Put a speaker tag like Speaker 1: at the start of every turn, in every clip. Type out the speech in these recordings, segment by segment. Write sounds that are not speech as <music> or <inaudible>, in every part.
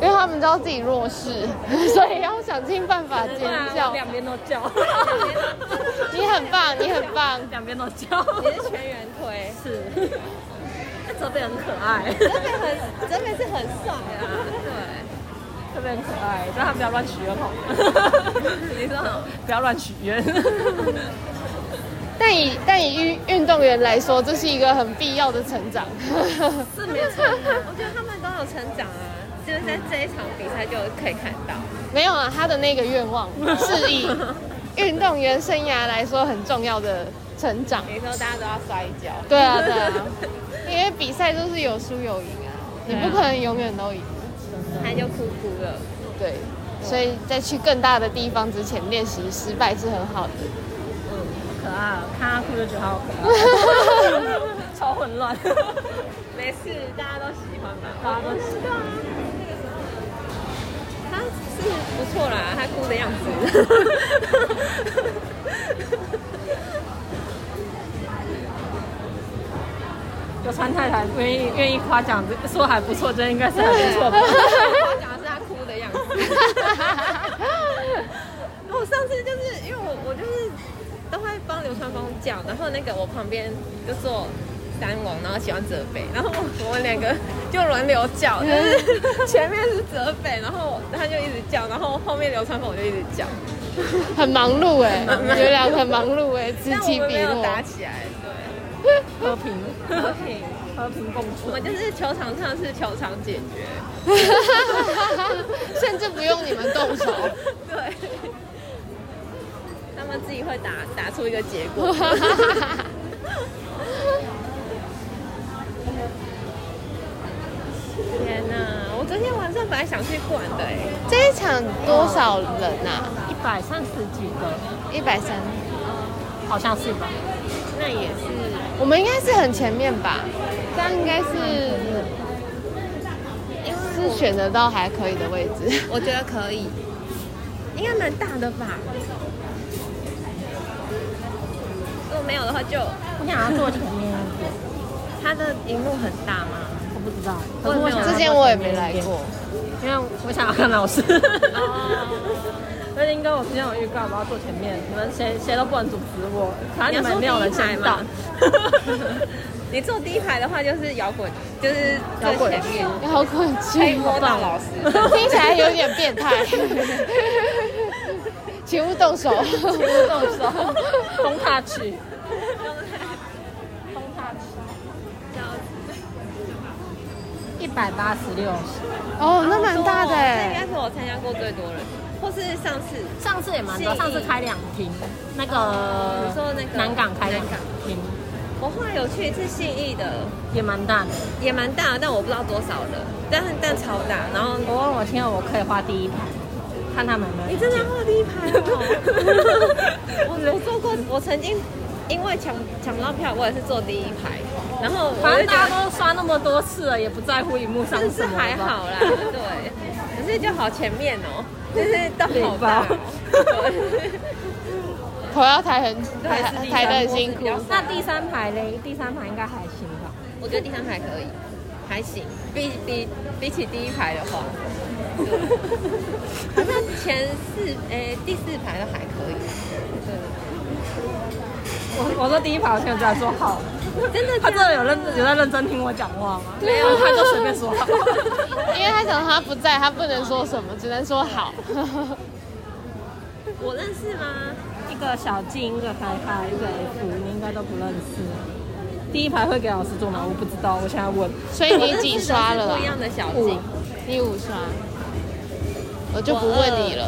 Speaker 1: 他们知道自己弱势， <laughs> 所以要想尽办法尖
Speaker 2: 啊
Speaker 1: 叫。
Speaker 3: 两边都叫，
Speaker 1: 你很棒，你很棒。
Speaker 3: <laughs> 两边都叫，
Speaker 2: 你是全员推，
Speaker 3: 是。那泽北很可爱，
Speaker 2: 真的很，真的是很帅啊，对，
Speaker 3: 泽北很可爱，但他不要乱许愿好吗？
Speaker 2: <laughs> 你说好
Speaker 3: 不要乱许愿。
Speaker 1: 但以但以运运动员来说，这是一个很必要的成长。 <laughs>
Speaker 2: 是没错啊，我觉得他们都有成长啊，就是在这一场比赛就可以看到，
Speaker 1: 没有啊，他的那个愿望是以运动员生涯来说很重要的成长。
Speaker 2: 你说大家都要摔跤，
Speaker 1: 对啊，对啊，因为比赛都是有输有赢啊，你不可能永远都赢。
Speaker 2: 他就哭哭了。
Speaker 1: 对，所以在去更大的地方之前练习失败是很好的。
Speaker 3: 可爱，哦看他哭就觉得他好可
Speaker 2: <laughs>
Speaker 3: 爱，超混乱。
Speaker 2: 没事，大家都喜欢吧？
Speaker 3: 大家都
Speaker 2: 知道啊。他是不错啦，他哭的样子。
Speaker 3: 有川太太愿意愿意夸奖这，说还不错，这应该是还不错吧？
Speaker 2: 我讲的是他哭的样子。我哦上次就是因为我我就是都会帮流川枫叫，然后那个我旁边就坐三王，然后喜欢泽北，然后我们两个就轮流叫，就是前面是泽北，然后 <laughs> 他就一直叫，然后后面流川枫我就一直叫，
Speaker 1: 很忙碌哎、
Speaker 2: <laughs>
Speaker 1: 你们俩很忙碌哎、此
Speaker 2: 嗯但我
Speaker 1: 起
Speaker 2: 们
Speaker 1: 彼
Speaker 2: 没有
Speaker 1: 落。
Speaker 2: 打起来， <laughs> 对，
Speaker 3: 和平
Speaker 2: 和平，
Speaker 3: 和平共
Speaker 2: 我
Speaker 3: 处，
Speaker 2: 们就是球场上是球场解决，
Speaker 1: <laughs> 甚至不用你们动手。 <laughs>
Speaker 2: 对，他们自己会打打出一个结果。
Speaker 1: <laughs>
Speaker 2: 天呐，我昨天晚上本来想去逛的哎、
Speaker 1: 这一场多少人啊？
Speaker 3: 一百三十几个，
Speaker 1: 一百三，
Speaker 3: 好像是吧？
Speaker 2: 那也是
Speaker 1: 我们应该是很前面吧？这样应该是是选得到还可以的位
Speaker 2: <laughs>
Speaker 1: 置。
Speaker 2: 我觉得可以，应该蛮大的吧。如果没有的话就，
Speaker 3: 我想要坐前面一点，
Speaker 2: 它的荧幕很大吗？
Speaker 3: 我不知道，可是我想要坐
Speaker 1: 之前我也没来
Speaker 3: 啊前面一点
Speaker 1: 过，
Speaker 3: 因为我想要看老师。 <laughs>
Speaker 2: 哦
Speaker 3: 那应该我之前有预告，我要坐前面，你们谁谁都不能阻止我，反正你们没有人先到。
Speaker 2: 你坐第一排的话就是摇滚，就是
Speaker 3: 摇滚
Speaker 2: 最前面
Speaker 1: 好恐
Speaker 2: 可以
Speaker 1: 惧，
Speaker 2: 摸到老师。
Speaker 1: <laughs> 听起来有点变
Speaker 2: <laughs>
Speaker 1: 态。 <laughs> 请勿动手，请勿
Speaker 3: 动手， <laughs> 风踏曲，风踏曲，一百八十六。
Speaker 1: <laughs> 哦，
Speaker 2: 啊
Speaker 3: 欸
Speaker 1: 那蛮大的
Speaker 2: <laughs> 这应
Speaker 1: 哎。
Speaker 2: 该是我参加过最多人，或是上次
Speaker 3: 上次也蛮
Speaker 2: 信
Speaker 3: 多，
Speaker 2: 义
Speaker 3: 上次开两厅，那个、
Speaker 2: 你说那个
Speaker 3: 南港开两厅
Speaker 2: 我后来有去一次信义的，
Speaker 3: 也蛮大的。
Speaker 2: 也蛮大的，但我不知道多少人，但但超大。然后
Speaker 3: 我问我亲友，我可以画第一排，看他们有没有
Speaker 2: 你
Speaker 3: 意
Speaker 2: 真
Speaker 3: 见。
Speaker 2: 的要画第一排哦！
Speaker 3: <laughs>
Speaker 2: 我我做过，我曾经因为抢抢不到票，我也是坐第一排，然后
Speaker 3: <laughs> 反
Speaker 2: 我就
Speaker 3: 正
Speaker 2: 觉
Speaker 3: 大
Speaker 2: 得
Speaker 3: 家都刷那么多次了，也不在乎荧幕上
Speaker 2: 真是
Speaker 3: 什么吧
Speaker 2: 还好啦，对，可是就好前面哦，就是到好大哦、
Speaker 3: <laughs> 对
Speaker 2: 对
Speaker 1: 头要抬很
Speaker 2: 对
Speaker 1: 抬
Speaker 2: 是第
Speaker 1: 抬
Speaker 2: 三
Speaker 1: 得很
Speaker 2: 波
Speaker 1: 辛
Speaker 2: 是
Speaker 1: 苦
Speaker 2: 比。较
Speaker 3: 那第三排嘞？第三排应该还行吧？
Speaker 2: 我觉得第三排可以，还行，比比比起第一排的
Speaker 1: <laughs>
Speaker 2: 话，好像前四诶、第四排都还可以。对，
Speaker 3: 我我说第一排，我亲友在说好。
Speaker 2: 真的
Speaker 3: 他真
Speaker 2: 假
Speaker 3: 的有认有在认真听我讲话吗？
Speaker 1: 没有
Speaker 3: 他就随便说好。
Speaker 1: <laughs> 因为他想他不在，他不能说什么，只能说好。 <laughs>
Speaker 2: 我认识吗？
Speaker 3: <laughs> 一个小静，一个开开，一个 F，你应该都不认识。第一排会给老师做吗？我不知道，我现在 <laughs> 问。
Speaker 1: 所以你几刷
Speaker 2: 我认识
Speaker 1: 了啊
Speaker 2: 的是不一？样的小景，
Speaker 1: 你五刷，我就不问你
Speaker 2: <laughs>
Speaker 1: 了。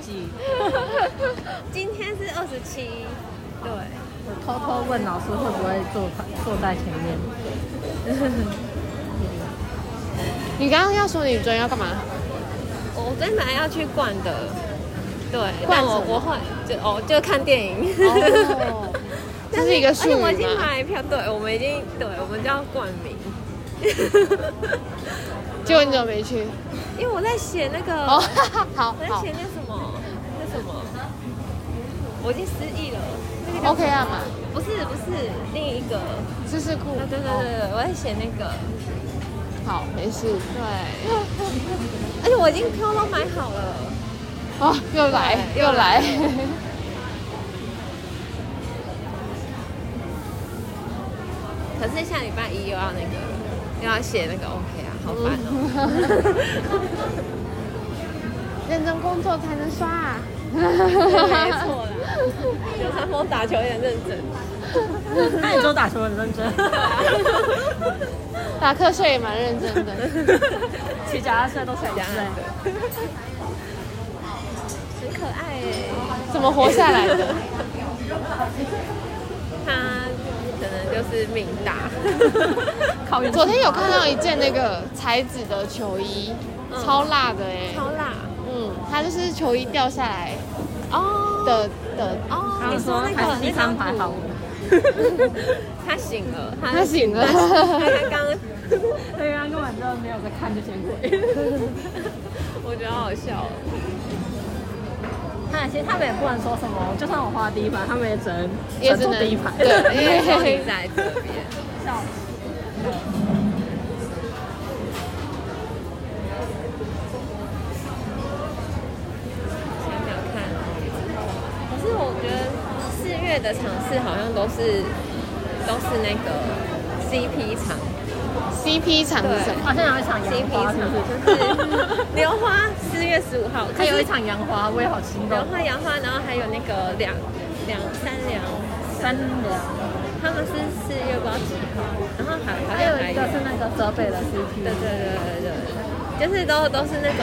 Speaker 3: 己
Speaker 2: 今天是二十七。对，
Speaker 3: 我偷偷问老师会不会坐坐在前面。
Speaker 1: 你刚刚要说你昨天要干嘛？
Speaker 2: 我我真本来要去逛的，对，
Speaker 1: 逛
Speaker 2: 但我
Speaker 1: 什么
Speaker 2: 我会就哦就看电影。 <laughs>
Speaker 1: 哦，这是一个术
Speaker 2: 而且我已
Speaker 1: 语
Speaker 2: 经
Speaker 1: 嘛？
Speaker 2: 买票，对，我们已经对，我们就要冠名。 <laughs>
Speaker 1: 结果你怎么没去？
Speaker 2: 因为我在写那个，
Speaker 1: 哦， <laughs> 好
Speaker 2: 我在
Speaker 1: 好
Speaker 2: 写那哎什么，那什么，我已经失忆了。那个叫
Speaker 1: ，OK 啊嘛，
Speaker 2: 不是不是另一个，
Speaker 1: 知识库
Speaker 2: 啊对。对对对，对我在写那个，
Speaker 1: 好，没事。 <laughs>
Speaker 2: 对，而且我已经票都买好了。
Speaker 1: 哦，又来
Speaker 2: 对
Speaker 1: 又
Speaker 2: 又
Speaker 1: 来
Speaker 2: 来，可是下礼拜一又要那个，又要写那个 OK 啊，好烦
Speaker 1: <laughs>
Speaker 2: 哦。
Speaker 1: 认真工作才能刷、啊。
Speaker 2: 没
Speaker 1: <laughs>
Speaker 2: 错啦，刘三丰打球有点认真。
Speaker 3: 那你就打球很认 <laughs> 真，
Speaker 1: 打瞌睡也蛮认真的。
Speaker 3: 骑脚踏车都踩
Speaker 2: 大
Speaker 3: 脚
Speaker 2: 家
Speaker 3: 踏车。
Speaker 2: 很可爱哎、
Speaker 1: 怎么活下来的？
Speaker 2: 他可能就是命
Speaker 1: <laughs>
Speaker 2: 大。
Speaker 3: 靠 <laughs> 运气
Speaker 1: 昨天有看到一件那个材质的球衣，
Speaker 2: 嗯
Speaker 1: 超辣的哎、
Speaker 2: 超辣
Speaker 1: 嗯，它就是球衣掉下来
Speaker 2: 哦
Speaker 1: 的的，
Speaker 2: 哦，
Speaker 3: 他
Speaker 2: 你说
Speaker 3: 说
Speaker 2: 那
Speaker 3: 排
Speaker 2: 个
Speaker 3: 西餐排好，
Speaker 2: <laughs> 他醒了，他
Speaker 1: 他醒了 <laughs>
Speaker 2: 他刚，
Speaker 3: 对啊，根本就没有在看这些鬼。
Speaker 2: 我觉得好好笑哦。
Speaker 3: 那其实他们也不能说什么，就算我画第一排，他们也只能
Speaker 1: 也只
Speaker 3: 坐
Speaker 1: 能
Speaker 3: 第一排。
Speaker 1: 对
Speaker 2: 因为在这边，
Speaker 3: 笑死
Speaker 2: 前没有看。可是我觉得四月的场次好像都是都是那个 CP 场
Speaker 1: CP 场是什么？
Speaker 3: 好像有一场杨
Speaker 2: ，CP
Speaker 3: 花，
Speaker 2: 场
Speaker 3: 是不
Speaker 2: 就是
Speaker 3: 是？
Speaker 2: 莲花，四月十五号，
Speaker 3: 他有一场杨花，我也好心动
Speaker 2: 莲。花杨花，然后还有那个两两三两，
Speaker 3: 三两，
Speaker 2: 他们是四月不知道几号，然后还好
Speaker 3: 还
Speaker 2: 像
Speaker 3: 有
Speaker 2: 还
Speaker 3: 一
Speaker 2: 有
Speaker 3: 个，是那个泽北的 CP，
Speaker 2: 对对对对对，就是都都是那种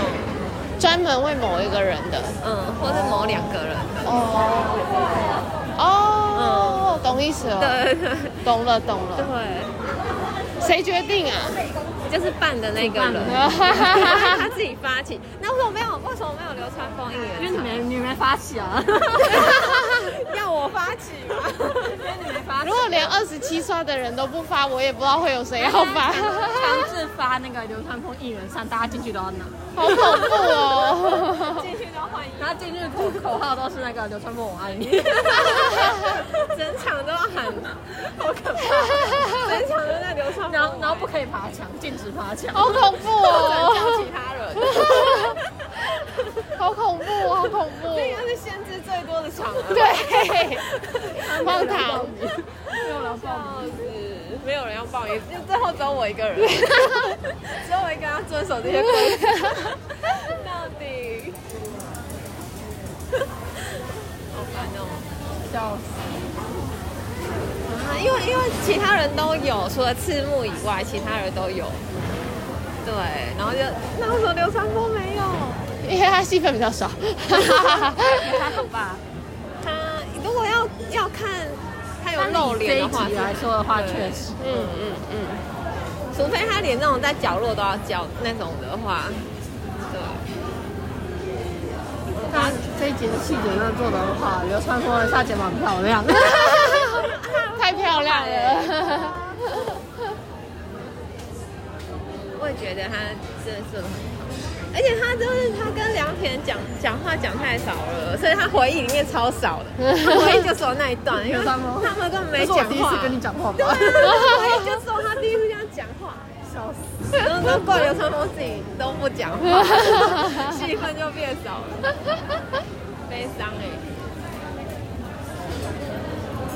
Speaker 1: 专门为某一个人的。
Speaker 2: 嗯，或是某两个人的，
Speaker 1: 哦哦，懂意思了，
Speaker 2: 嗯对对对
Speaker 1: 懂了懂了。
Speaker 2: 对，
Speaker 1: 谁决定
Speaker 2: <laughs>
Speaker 1: 啊？
Speaker 2: 就是办的那个
Speaker 3: 主办的
Speaker 2: 人。他自己发起，那为什么没有？为什么没有流川枫应援
Speaker 3: 因为你
Speaker 2: 场？
Speaker 3: 没你没发起 <laughs> 啊，
Speaker 2: <laughs> 要我发起吗？
Speaker 3: 你没发
Speaker 1: 如果连二十七刷的人都不发，我也不知道会有谁要发，
Speaker 2: <laughs>
Speaker 3: <laughs> 强制发那个流川枫应援扇，大家进去都要拿，
Speaker 1: 好恐怖
Speaker 2: <laughs>
Speaker 1: 哦！
Speaker 2: 进去都换衣
Speaker 3: 然后进去口口号都是那个流川枫我爱你，
Speaker 2: 服，
Speaker 3: <laughs>
Speaker 2: 整场都喊，好可怕！整场都在流川
Speaker 3: 然后
Speaker 2: 枫，
Speaker 3: 然后不可以爬墙，禁止爬墙，
Speaker 1: 好恐怖
Speaker 2: 转向
Speaker 1: 哦
Speaker 2: 其！他人。
Speaker 1: <laughs> 好恐怖哦，好恐怖！
Speaker 2: 这个是限制最多的场了，
Speaker 1: 对，荒唐。
Speaker 3: 没有人
Speaker 2: 笑
Speaker 3: 报名。
Speaker 2: 死，没有人要报，也就最后只有我一个人，只有我一个人要遵守这些规则，到底。好烦哦！
Speaker 3: 笑
Speaker 2: 啊，
Speaker 3: 死！
Speaker 2: 因为因为其他人都有，除了赤木以外，其他人都有。对，然后就那为什么流川枫没有？
Speaker 1: 因为他戏份比较少。
Speaker 3: 也还好吧。
Speaker 2: 他如果要要看他有露脸的话
Speaker 3: 这一
Speaker 2: 是
Speaker 3: 集来说的话，确实
Speaker 1: 嗯嗯。
Speaker 2: 嗯嗯，除非他连那种在角落都要教那种的话，对， <laughs>
Speaker 3: 那这一集的细节真的做得很好，流川枫的下睫毛很漂亮。 <laughs>
Speaker 1: 太漂亮了。
Speaker 2: <laughs> 我也觉得他真的是很好，而且他就是他跟良田讲讲话讲太少了，所以他回忆里面超少的，他回忆就只有那一段，因为他们根本没讲
Speaker 3: 这是
Speaker 2: 话。
Speaker 3: 我第一次跟你讲话
Speaker 2: 对
Speaker 3: <laughs>
Speaker 2: 啊，
Speaker 3: 吧？
Speaker 2: 回忆就只有他第一次这样讲话，
Speaker 3: 笑死！
Speaker 2: 然后都怪流川枫自己都不讲话，
Speaker 1: <laughs>
Speaker 2: 戏份就变少了，悲伤哎、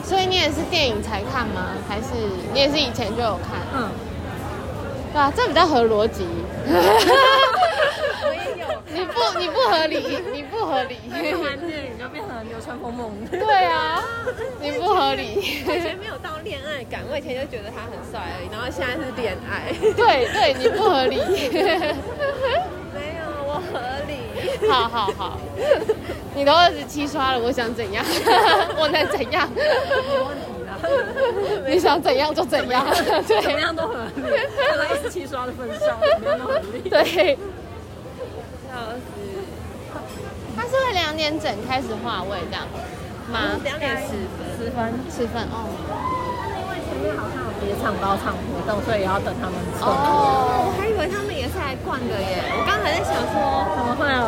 Speaker 1: 所以你也是电影才看吗？还是你也是以前就有看？
Speaker 3: 嗯，
Speaker 1: 对啊，这比较合逻辑。 <laughs>
Speaker 2: 我也有。
Speaker 1: 你不你不合理，你不合理。
Speaker 3: 看完电影就变成流川枫梦。 <laughs>
Speaker 1: 对啊，你不合理。
Speaker 2: 我以前没有到恋爱感，我以前就觉得他很帅而已，然后现在是恋爱。
Speaker 1: 对对，你不合理。
Speaker 2: 没有，我合理。
Speaker 1: 好好好，你都二十七刷了，我想怎 <laughs> 样？ <laughs> 我能怎样？
Speaker 3: 没问题
Speaker 2: 啊
Speaker 1: <laughs>
Speaker 3: 啦，
Speaker 1: 你想怎样就怎 <laughs> 样，
Speaker 3: 怎么
Speaker 1: 对
Speaker 3: 样都合理。看到一十七刷的份上，怎么样都合 <laughs> 理。
Speaker 1: 对。
Speaker 2: 笑死，
Speaker 1: 他是会两点整开始化位这样吗？
Speaker 2: 两点十分。
Speaker 3: 十分，
Speaker 1: 吃饭哦
Speaker 3: 因为前面好像有别场高场活动，所以也要等他们做。
Speaker 1: 哦，
Speaker 2: 我还以为他们也是来逛的耶，我刚才在想说，
Speaker 3: 怎么会有？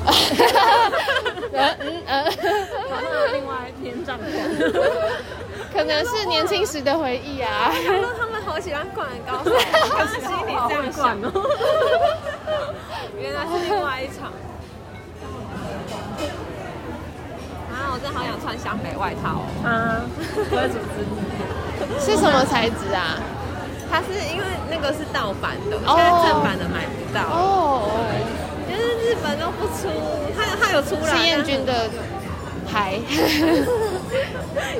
Speaker 1: 哦 <laughs> 嗯嗯嗯，
Speaker 3: 怎么会有另外一篇账款？
Speaker 1: 可能是年轻时的回忆啊。 <laughs>
Speaker 2: 想说他们好喜欢灌篮高手，我刚刚心里这样想，
Speaker 3: 灌哦。
Speaker 2: 原来是另外一场。啊，我真的好想穿湘北外套哦！
Speaker 3: 啊， <laughs> 我组织
Speaker 1: 是什么材质啊？
Speaker 2: 它是因为那个是盗版的，
Speaker 1: 哦
Speaker 2: 现在正版的买不到，
Speaker 1: 哦，
Speaker 2: 就是日本都不出，它它有出来。
Speaker 1: 是燕君的牌。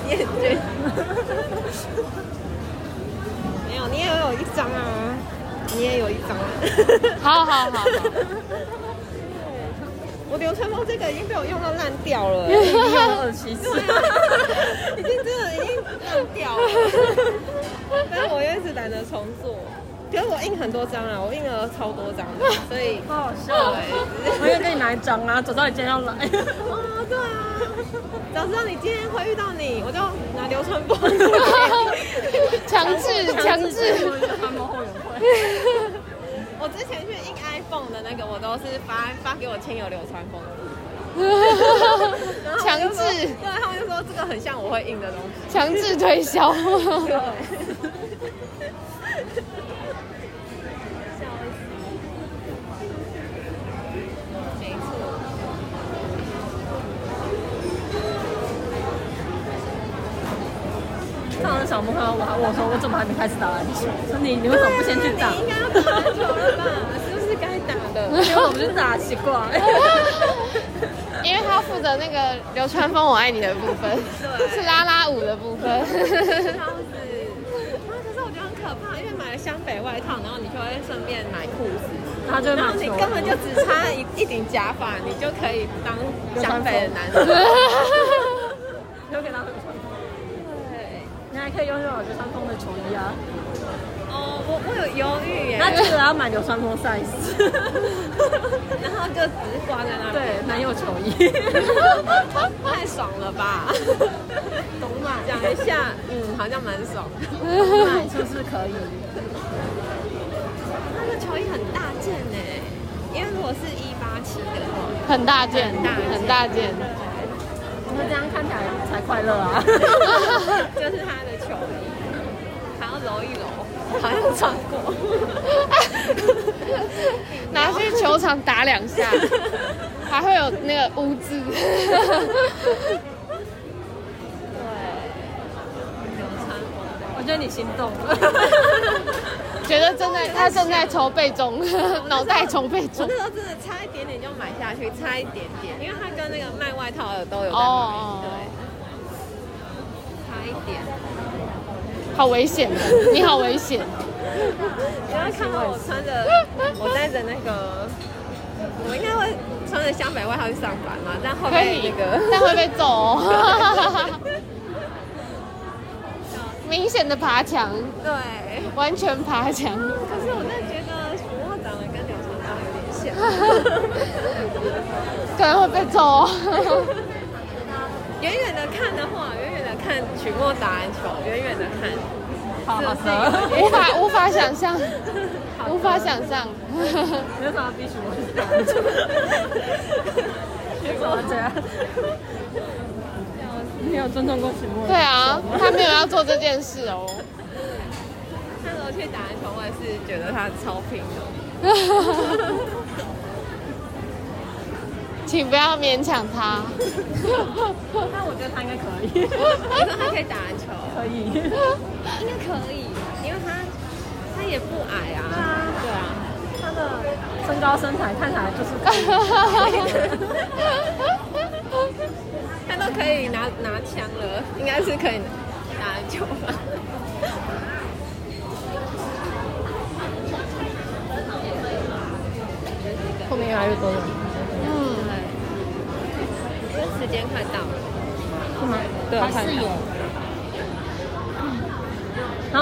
Speaker 2: 眼睛。没有，你也有一张啊，你也有一张、啊。
Speaker 1: <laughs> 好好 <laughs> 好好
Speaker 2: 我流川枫这个已经被我用到烂掉了、 <laughs>
Speaker 3: 用了二七四，
Speaker 2: 已经真的已经烂掉了。但我又一直懒得重做，可是我印很多张啊，我印了超多张 <laughs> 的，所以
Speaker 3: 好好笑哎！我也跟你拿一张啊，早知道你今天要 <laughs> 来。
Speaker 2: 哦，对啊，早知道你今天会遇到你，我就拿流川 <laughs> 枫。
Speaker 1: 强制强制，
Speaker 3: 他们后援会。
Speaker 2: 我之前去印 iPhone 的那个，我都是发发给我亲友流传封，然后
Speaker 1: 强
Speaker 2: 我就说
Speaker 1: 制
Speaker 2: 对，他们就说这个很像我会印的东
Speaker 1: <laughs>
Speaker 2: 西。
Speaker 1: 强制推销。
Speaker 2: <laughs> 对，笑死，没错。
Speaker 3: 上次小木看到我，我说我怎么还没开始打篮球？说你你为什么不先去打
Speaker 2: 啊你？
Speaker 3: <laughs>
Speaker 2: 应该要打篮球了吧？是不是该打的？
Speaker 3: 结果我们就打习 <laughs> 惯。
Speaker 1: <laughs> 因为他负责那个流川枫我爱你的部分，是拉拉舞的部分。
Speaker 2: 笑死！啊，可是我觉得很可怕，因为买了湘北外套，然后你就会顺便买裤子。
Speaker 3: 他就
Speaker 2: 然
Speaker 3: 拿
Speaker 2: 后你
Speaker 3: 球，
Speaker 2: 根本就只差一一顶假发，你就可以当湘北的
Speaker 3: <laughs>
Speaker 2: 男
Speaker 1: 流
Speaker 2: 人。
Speaker 3: 留给他流传。
Speaker 2: 对，
Speaker 3: 你还可以拥有流川枫的球衣啊，
Speaker 2: 哦，我我有犹豫耶，
Speaker 3: <laughs> 那记得要买流川枫 size，
Speaker 2: <laughs>
Speaker 3: <laughs>
Speaker 2: 然后就只是挂在那边，
Speaker 3: 对，男友球 <laughs> 衣，
Speaker 2: <laughs> 太爽了
Speaker 3: <laughs>
Speaker 2: 吧？懂吗？讲一下，嗯，好像蛮爽。
Speaker 3: 买是不是可以？
Speaker 2: 那个球衣很大件哎，因为如果是一八七的话，
Speaker 1: <laughs> <laughs> 很大件，很大件。
Speaker 3: 我们这样看起来才快乐啊！ <laughs>
Speaker 2: 就是他的球衣，还要揉一揉，好像穿过。
Speaker 1: <laughs> 拿去球场打两 <laughs> 下，还会有那个污 <laughs> 渍。
Speaker 2: 流川枫。
Speaker 3: 我觉得你心动 <laughs> 了，
Speaker 1: 觉得正在他正在筹备 <laughs> 中，脑袋筹备
Speaker 2: <laughs> 我
Speaker 1: 中
Speaker 2: 那。时候真的差一点点就买下去，差一点点，因为它跟那个卖外套的都有在卖，
Speaker 1: 哦
Speaker 2: 对，差一点。
Speaker 1: 好危险的，你好危 <laughs> 险。
Speaker 2: 然后看到我穿着，我带着那个，我应该会穿着湘北外套去上班嘛，但
Speaker 1: 可
Speaker 2: 后面那
Speaker 1: 以
Speaker 2: 个，
Speaker 1: 但会被揍哦。 <laughs> 明显的爬墙，
Speaker 2: 对，
Speaker 1: 完全爬墙。
Speaker 2: 可是我真的觉得徐浩长得跟柳传长有点像， <laughs>
Speaker 1: 可能会被揍哦。
Speaker 2: 远远的看的话，远远的看曲墨打篮球，远远的看，
Speaker 3: 好好
Speaker 2: 是不
Speaker 3: 喝
Speaker 2: 是。
Speaker 1: 无法无法想象，无法想象。
Speaker 3: 没有什么必须我是男的，为什么这样？没有尊重过许墨。
Speaker 1: 对，啊，他没有要做这件事哦。
Speaker 2: 那时候去打篮球，我也是觉得他超拼的。
Speaker 1: 请不要勉强他。 <laughs>
Speaker 3: 但我觉得他应该可以，
Speaker 2: 你说他可以打篮球，
Speaker 3: 可以。 <laughs>
Speaker 2: 应该可以，因为他他也不矮啊。对啊，
Speaker 3: 他的身高身材看起来就是
Speaker 2: 他都可以拿拿枪了，应该是可以打篮球吧。
Speaker 3: 后面越来越多人，
Speaker 1: 嗯，
Speaker 2: 因为时间快到了，
Speaker 3: 是吗？
Speaker 2: 对
Speaker 3: 还是有
Speaker 2: 我